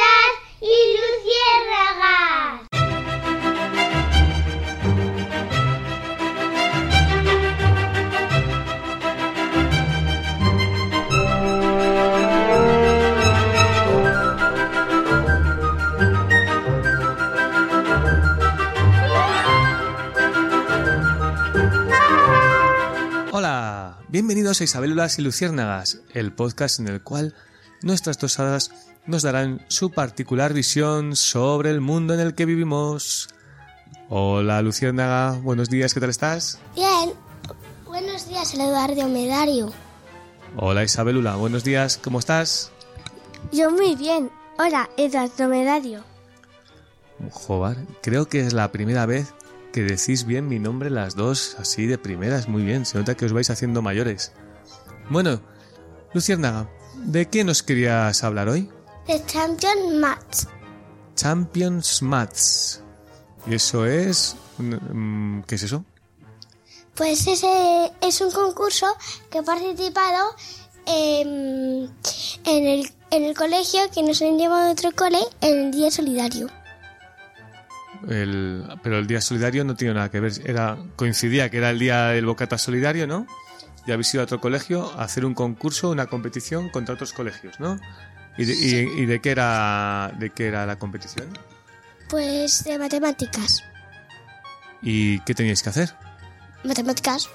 Isabélulas y luciérnagas. Hola, bienvenidos a Isabelulas y Luciérnagas, el podcast en el cual nuestras dos hadas nos darán su particular visión sobre el mundo en el que vivimos. Hola Luciérnaga, buenos días, ¿qué tal estás? Bien. Buenos días, Eduardo Medario. Hola Isabelula, buenos días, ¿cómo estás? Yo muy bien. Hola, Eduardo Medario. Jobar, creo que es la primera vez que decís bien mi nombre las dos, así de primeras, muy bien, se nota que os vais haciendo mayores. Bueno, Luciérnaga, ¿de qué nos querías hablar hoy? The Champion Match. Champions Maths. ¿Y eso es? mm, mm, ¿Qué es eso? Pues ese es un concurso que he participado em, en, el, en el colegio que nos han llevado a otro cole en el Día Solidario. El, pero el Día Solidario no tiene nada que ver. Era, coincidía que era el Día del Bocata Solidario, ¿no? Y habéis ido a otro colegio a hacer un concurso, una competición contra otros colegios, ¿no? ¿Y de, y- y de qué, era, de qué era la competición? Pues de matemáticas. ¿Y qué teníais que hacer? ¿Matemáticas?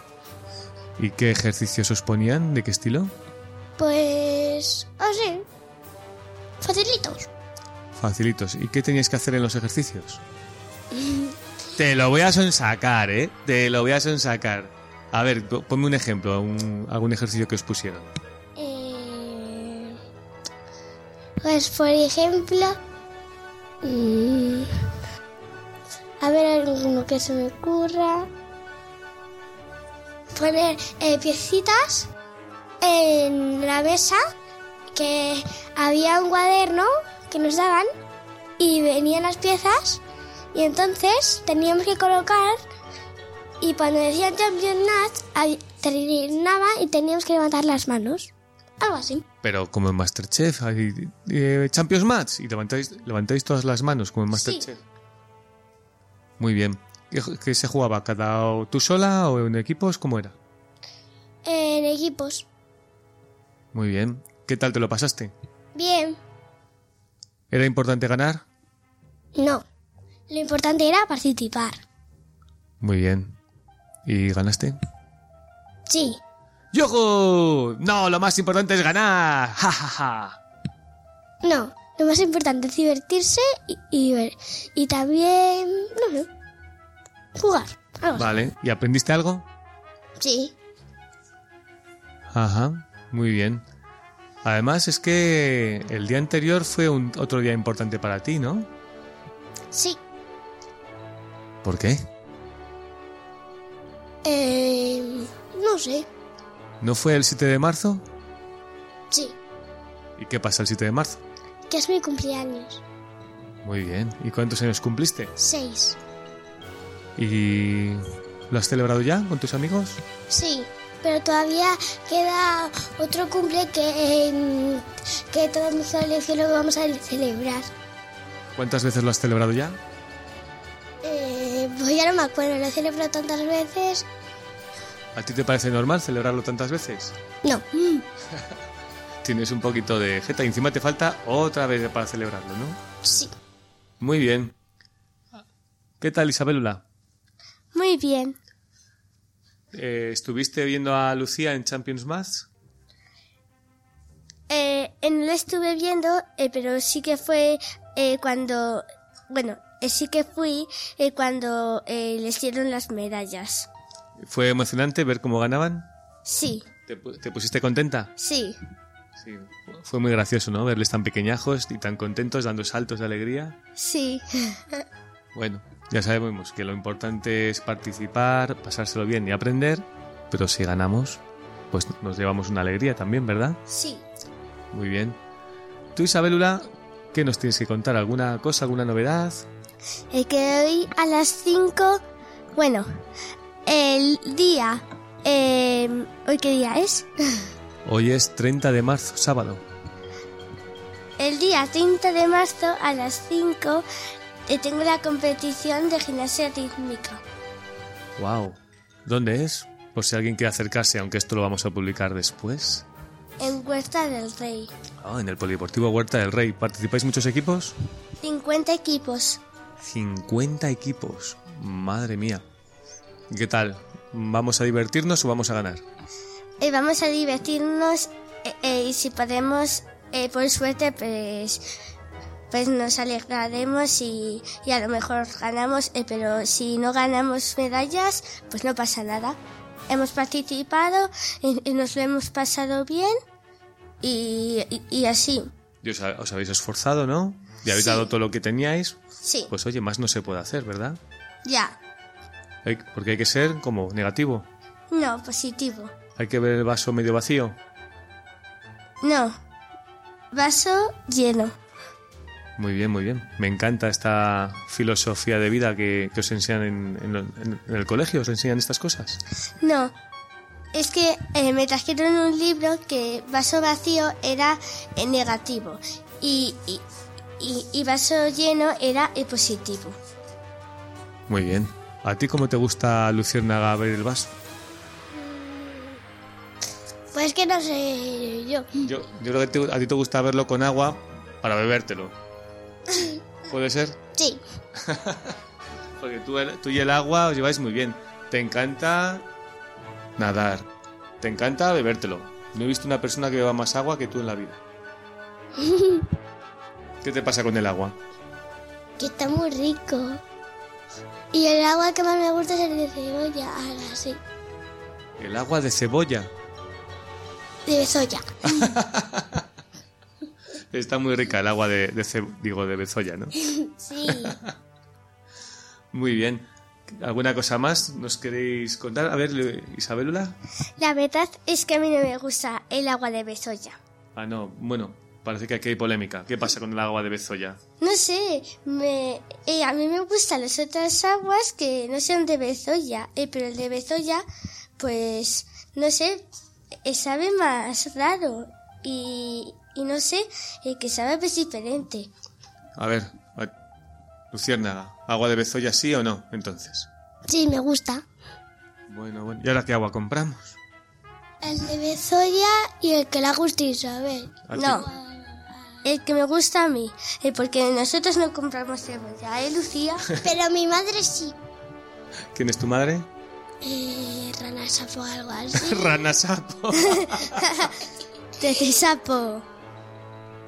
¿Y qué ejercicios os ponían? ¿De qué estilo? Pues... así. Facilitos. Facilitos. ¿Y qué teníais que hacer en los ejercicios? Te lo voy a sonsacar, ¿eh? Te lo voy a sonsacar. A ver, po- ponme un ejemplo, un- algún ejercicio que os pusieron. Eh, pues por ejemplo... mm, a ver alguno que se me ocurra. Poner eh, piecitas en la mesa que había un cuaderno que nos daban y venían las piezas y entonces teníamos que colocar y cuando decían champion nuts hab- terminaba y teníamos que levantar las manos. Algo así. Pero como en Masterchef, hay eh, Champions Match y levantáis, levantáis todas las manos como en Masterchef. Muy bien. ¿Qué, qué se jugaba? ¿Cada o tú sola o en equipos? ¿Cómo era? En equipos. Muy bien. ¿Qué tal te lo pasaste? Bien. ¿Era importante ganar? No. Lo importante era participar. Muy bien. ¿Y ganaste? Sí. ¡Yojo! No, lo más importante es ganar. ¡Ja, ja, ja! No. Lo más importante es divertirse y, y ver. Y también... No, no. Jugar. Algo así. Vale. ¿Y aprendiste algo? Sí. Ajá, muy bien. Además es que el día anterior fue un, otro día importante para ti, ¿no? Sí. ¿Por qué? Eh, no sé. ¿No fue el 7 de marzo? Sí. ¿Y qué pasa el 7 de marzo? Que es mi cumpleaños. Muy bien. ¿Y cuántos años cumpliste? Seis. ¿Y lo has celebrado ya con tus amigos? Sí, pero todavía queda otro cumple que, em, que todos mis colegios lo vamos a celebrar. ¿Cuántas veces lo has celebrado ya? Eh, pues ya no me acuerdo, lo he celebrado tantas veces. ¿A ti te parece normal celebrarlo tantas veces? No, Mm, Tienes un poquito de jeta y encima te falta otra vez para celebrarlo, ¿no? sí. Muy bien. ¿Qué tal, Isabelula? Muy bien. Eh, ¿Estuviste viendo a Lucía en Champions Maths? Eh, eh, no lo estuve viendo, eh, pero sí que fue eh, cuando, bueno, eh, sí que fui eh, cuando eh, les dieron las medallas. ¿Fue emocionante ver cómo ganaban? Sí, ¿Te, pu- te pusiste contenta? sí, Sí. Fue muy gracioso, ¿no? Verles tan pequeñajos y tan contentos, dando saltos de alegría. sí, Bueno, ya sabemos que lo importante es participar, pasárselo bien y aprender, pero si ganamos, pues nos llevamos una alegría también, ¿verdad? sí. Muy bien. Tú, Isabelula, ¿qué nos tienes que contar? ¿Alguna cosa, alguna novedad? Eh, que hoy a las 5, bueno, el día, eh, ¿hoy qué día es? Hoy es 30 de marzo, sábado. El día 30 de marzo a las 5 eh, tengo la competición de gimnasia rítmica. Wow. ¿Dónde es? Por si alguien quiere acercarse, aunque esto lo vamos a publicar después. En Huerta del Rey. Ah, en el Polideportivo Huerta del Rey. ¿Participáis muchos equipos? 50 equipos. 50 equipos. Madre mía. ¿Qué tal? ¿Vamos a divertirnos o vamos a ganar? Eh, vamos a divertirnos eh, eh, y si podemos, eh, por suerte, pues, pues nos alegraremos y, y a lo mejor ganamos, eh, pero si no ganamos medallas, pues no pasa nada. Hemos participado y, y nos lo hemos pasado bien y, y- y así. Y os, ha- os habéis esforzado, ¿no? Y habéis Sí. dado todo lo que teníais. Sí, Pues oye, más no se puede hacer, ¿verdad? ya. Hay- porque hay que ser como negativo. No, positivo. Hay que ver el vaso medio vacío. No. Vaso lleno. Muy bien, muy bien. Me encanta esta filosofía de vida que, que os enseñan en, en- en- en el colegio, os enseñan estas cosas. No, es que eh, me trajeron un libro que vaso vacío era eh, negativo y, y, y- y vaso lleno era eh, positivo. Muy bien. ¿A ti cómo te gusta, Luciérnaga, ver el vaso? Pues que no sé yo. Yo, yo creo que te- a ti te gusta verlo con agua para bebértelo. ¿Puede ser? Sí. Porque tú, el- tú y el agua os lleváis muy bien. Te encanta nadar. Te encanta bebértelo. No he visto una persona que beba más agua que tú en la vida. ¿Qué te pasa con el agua? Que está muy rico. Y el agua que más me gusta es el de cebolla. Ahora sí. El agua de cebolla. De soya. Está muy rica el agua de, de ce- digo, de bezoya, ¿no? Sí. Muy bien. ¿Alguna cosa más nos queréis contar? A ver, Le- Isabelula. La verdad es que a mí no me gusta el agua de bezoya. Ah, no. Bueno, parece que aquí hay polémica. ¿Qué pasa con el agua de bezoya? No sé, me, eh, a mí me gustan las otras aguas que no sean de bezoya, eh, pero el de bezoya, pues, no sé, eh, sabe más raro y, y no sé, eh, que sabe pues diferente. A ver, a- Luciérnaga, ¿agua de bezoya sí o no? Entonces. Sí, me gusta. Bueno, bueno. ¿Y ahora qué agua compramos? El de bezoya y el que la gusta Isabel. ¿A Ah, No. ti? El que me gusta a mí, eh, porque nosotros no compramos cebolla, ¿eh, Lucía? Pero mi madre sí. ¿Quién es tu madre? Eh, rana sapo algo así. Rana sapo. Desde sapo.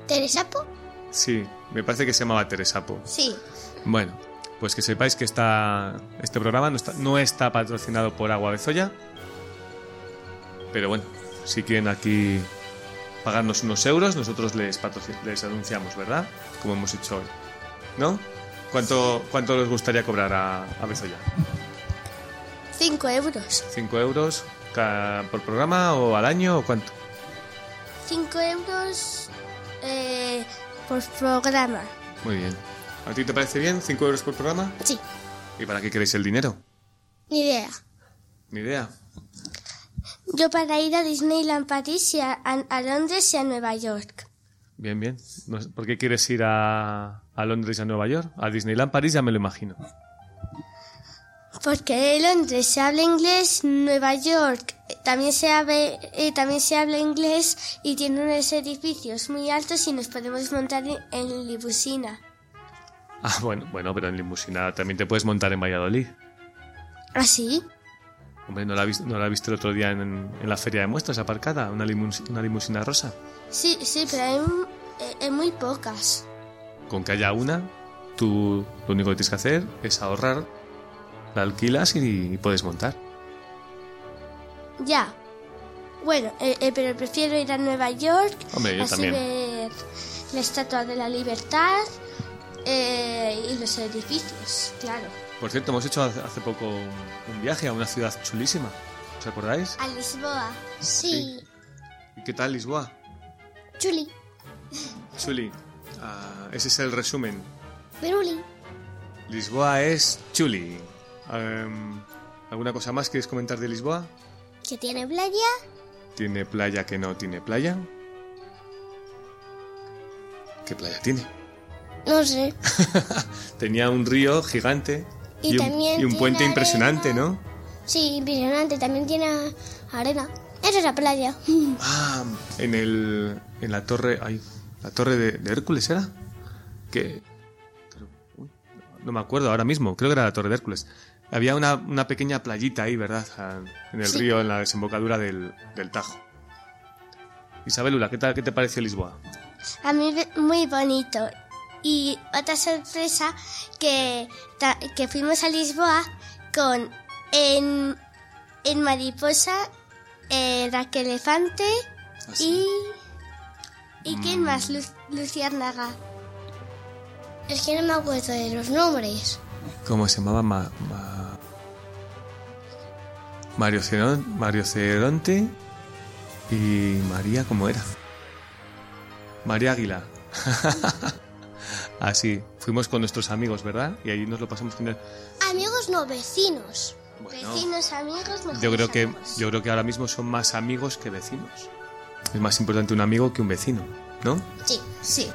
¿Teresapo? sí, me parece que se llamaba Teresapo. Sí. Bueno, pues que sepáis que está, este programa no está, no está patrocinado por Agua Bezoya. Pero bueno, si quieren aquí pagarnos unos euros, nosotros les, patrocin- les anunciamos, ¿verdad? Como hemos hecho hoy. ¿No? ¿Cuánto, cuánto les gustaría cobrar a, a Bezoya? 5 euros. ¿Cinco euros ca- por programa o al año o cuánto? 5 euros eh, por programa. Muy bien. ¿A ti te parece bien? ¿Cinco euros por programa? Sí. ¿Y para qué queréis el dinero? Ni idea. Ni idea. Yo para ir a Disneyland París y a, a- a Londres y a Nueva York. Bien, bien. No sé, ¿Por qué quieres ir a, a Londres y a Nueva York? A Disneyland París ya me lo imagino. Porque en Londres se habla inglés, Nueva York eh, también se, habe- eh, también se habla inglés y tiene unos edificios muy altos y nos podemos montar en, en limusina. Ah, bueno, bueno, pero en limusina también te puedes montar en Valladolid. ¿Así? Hombre, ¿no la, vis- no la viste el otro día en, en la feria de muestras aparcada? Una, limus- una limusina rosa. Sí, sí, pero hay, mu- eh, eh, muy pocas. Con que haya una, tú lo único que tienes que hacer es ahorrar, la alquilas y, puedes montar. Ya. Bueno, eh, eh, pero prefiero ir a Nueva York. Hombre, yo así también. ver la Estatua de la Libertad eh, y los edificios, claro. Por cierto, hemos hecho hace hace poco un, un viaje a una ciudad chulísima. ¿Os acordáis? A Lisboa. Sí. ¿Y qué tal Lisboa? Chuli. Chuli. Ah, ese es el resumen. Beruli. Lisboa es chuli. Em, ¿Alguna cosa más quieres comentar de Lisboa? Que tiene playa. ¿Tiene playa que no tiene playa? ¿Qué playa tiene? No sé. Tenía un río gigante Y y, un, también y un tiene puente arena. impresionante, ¿no? Sí, impresionante. También tiene arena. Esa es la playa. Ah, en el. En la torre. Ay, la torre de, de Hércules era. Que. pero, uy, no me acuerdo ahora mismo, creo que era la torre de Hércules. Había una, una pequeña playita ahí, ¿verdad? Ah, En el Sí. río, en la desembocadura del, del Tajo. Isabelula, ¿qué, tal, ¿qué te pareció Lisboa? A mí ve- muy bonito. Y otra sorpresa que, ta- que fuimos a Lisboa con en, en Mariposa, eh, Raquel Elefante ¿Ah, y... ¿Y Mm. quién más? Lu- Luciérnaga. Es que no me acuerdo de los nombres. ¿Cómo se llamaba? Ma- ma- Mario, Ceron, Mario Ceronte y María, ¿cómo era? María Águila. Así, fuimos con nuestros amigos, ¿verdad? Y ahí nos lo pasamos genial. Amigos no, vecinos. Bueno, Vecinos, amigos, yo creo, mejores que, amigos. yo creo que ahora mismo son más amigos que vecinos. Es más importante un amigo que un vecino, ¿no? Sí. Sí.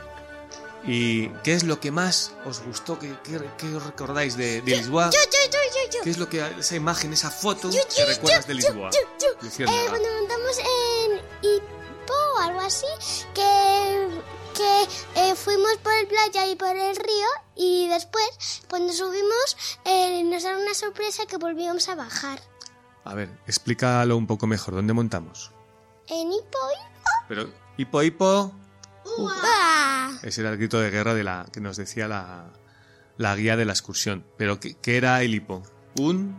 ¿Y qué es lo que más os gustó? ¿Qué, qué- qué recordáis de, de Lisboa? Yo, yo, yo, yo, yo. ¿Qué es lo que esa imagen, esa foto Yo, yo, que recuerdas de yo, Lisboa? yo, yo, yo. Luciérnaga. Eh, cuando montamos en Hipo o algo así, que, que eh, fuimos por el playa y por el río y después cuando subimos eh, nos dan una sorpresa que volvíamos a bajar. A ver, explícalo un poco mejor. ¿Dónde montamos? En Hipo Pero hipo hipo, y... ¡Uah! ese era el grito de guerra de la que nos decía la, la guía de la excursión. Pero ¿qué, qué era el hipo? Un,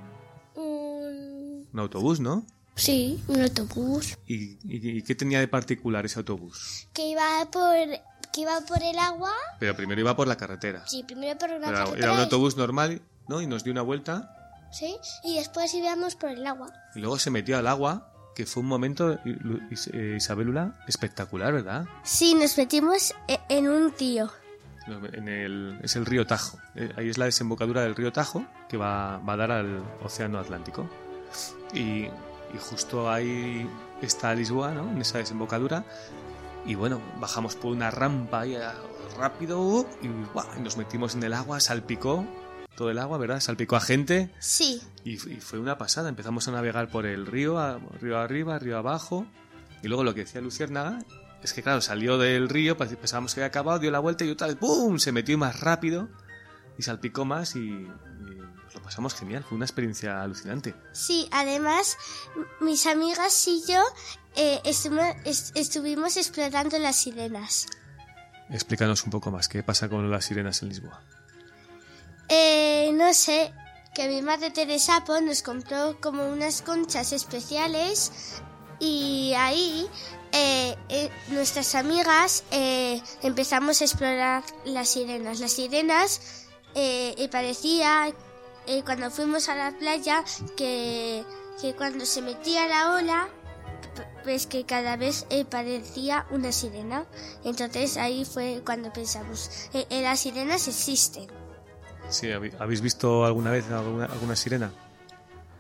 Un- un autobús, ¿no? Sí, un autobús. ¿Y, y- y qué tenía de particular ese autobús? Que iba por, que iba por el agua. Pero primero iba por la carretera. Sí, primero por una Era- carretera. era un y- autobús normal, ¿no? Y nos dio una vuelta. Sí, y después íbamos por el agua. Y luego se metió al agua, que fue un momento, y- Lu- Is- eh, Isabelula, espectacular, ¿verdad? Sí, nos metimos e- en un tío. En el- es el río Tajo. Eh, Ahí es la desembocadura del río Tajo que va, va a dar al Océano Atlántico. Y, y justo ahí está Lisboa, ¿no? En esa desembocadura. Y bueno, bajamos por una rampa ahí, ah, rápido uh, y, ¡buah! y nos metimos en el agua, salpicó todo el agua, ¿verdad? Salpicó a gente. Sí. Y, f- y fue una pasada. Empezamos a navegar por el río, a- río arriba, río abajo. Y luego lo que decía Luciérnaga es que, claro, salió del río, parece- pensábamos que había acabado, dio la vuelta y otra vez ¡pum! Se metió más rápido y salpicó más y, y nos lo pasamos genial. Fue una experiencia alucinante. Sí, además, m- mis amigas y yo eh, estumo- es- estuvimos explorando las sirenas. Explícanos un poco más qué pasa con las sirenas en Lisboa. Eh, no sé, que mi madre Teresa Po nos compró como unas conchas especiales y ahí eh, eh, nuestras amigas eh, empezamos a explorar las sirenas. Las sirenas eh, eh, parecía eh, cuando fuimos a la playa que, que cuando se metía la ola p- pues que cada vez eh, parecía una sirena. Entonces ahí fue cuando pensamos, eh, eh, las sirenas existen. Sí, ¿habí- ¿habéis visto alguna vez alguna, alguna sirena?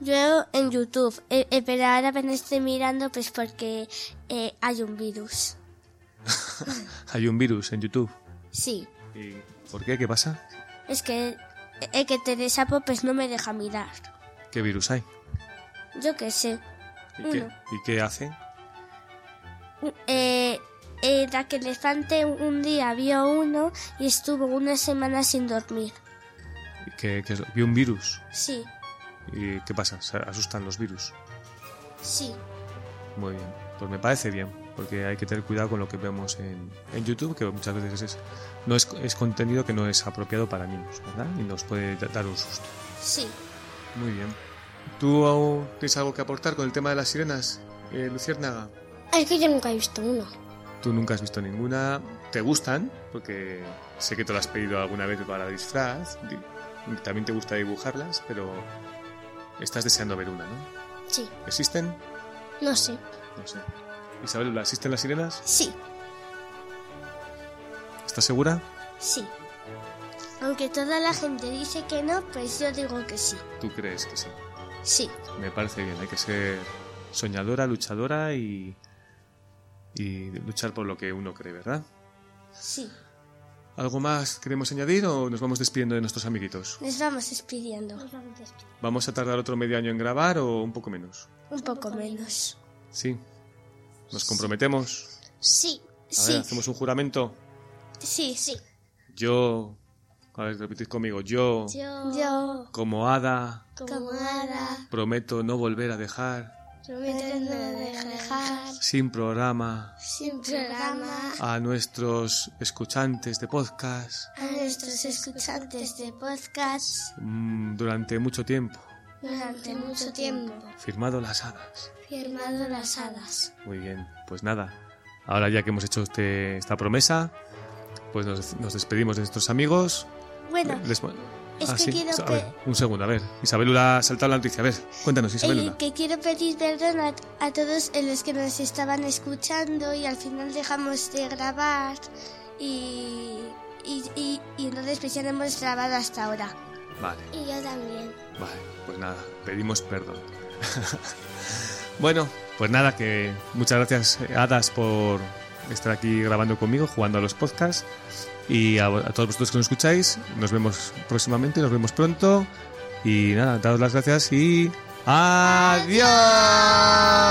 Yo en YouTube, eh, eh, pero ahora apenas estoy mirando pues porque eh, hay un virus. Hay un virus en YouTube. Sí, ¿Y por qué? ¿Qué pasa? es que el que te desapo pues no me deja mirar. ¿Qué virus hay? Yo qué sé. ¿Y qué, Uno. ¿y qué hace? Eh, eh, Raquel Elefante un día vio uno y estuvo una semana sin dormir. ¿Y qué- qué es lo- ¿Vi un virus? Sí, ¿Y qué pasa? Se asustan los virus. sí. Muy bien. Pues me parece bien, porque hay que tener cuidado con lo que vemos en, en YouTube, que muchas veces es, no es, es contenido que no es apropiado para niños, ¿verdad? Y nos puede da- dar un susto. Sí. Muy bien. ¿Tú Au, tienes algo que aportar con el tema de las sirenas, eh, Luciérnaga? Es que yo nunca he visto uno. Tú nunca has visto ninguna. ¿Te gustan? Porque sé que te lo has pedido alguna vez para disfraz. di- También te gusta dibujarlas, pero estás deseando ver una, ¿no? Sí, ¿Existen? no sé. No sé. Isabel, ¿existen las sirenas? Sí, ¿Estás segura? sí. Aunque toda la gente dice que no, pues yo digo que sí. Tú crees que sí. Sí. Me parece bien, hay que ser soñadora, luchadora y, y luchar por lo que uno cree, ¿verdad? Sí. ¿Algo más queremos añadir o nos vamos despidiendo de nuestros amiguitos? Nos vamos despidiendo. ¿Vamos a tardar otro medio año en grabar o un poco menos? Un poco menos. Sí. ¿Nos comprometemos? Sí. A ver, hacemos un juramento. Sí, sí. Yo. A ver, repetid conmigo. Yo, Yo, Yo, como hada, como hada, prometo no volver a dejar prometo no dejar sin programa sin programa a nuestros escuchantes de podcast a nuestros escuchantes de podcast mm, durante mucho tiempo. durante mucho tiempo. Firmado las hadas. Firmado las hadas. Muy bien, pues nada. Ahora ya que hemos hecho este- esta promesa, pues nos, nos despedimos de nuestros amigos. Bueno, Les- es Ah, que sí. quiero A ver, que- un segundo, a ver. Isabelula ha saltado la noticia. A ver, cuéntanos, eh, Isabelula. que quiero pedir perdón a, a todos eh, los que nos estaban escuchando y al final dejamos de grabar y, y, y, y entonces pues ya no hemos grabado hasta ahora. Vale, Y yo también. vale, pues nada, pedimos perdón. bueno, pues nada, que muchas gracias, eh, Hadas, por estar aquí grabando conmigo, jugando a los podcasts. Y a, vo- a todos vosotros que nos escucháis, nos vemos próximamente, nos vemos pronto. Y nada, daros las gracias y. ¡Adiós!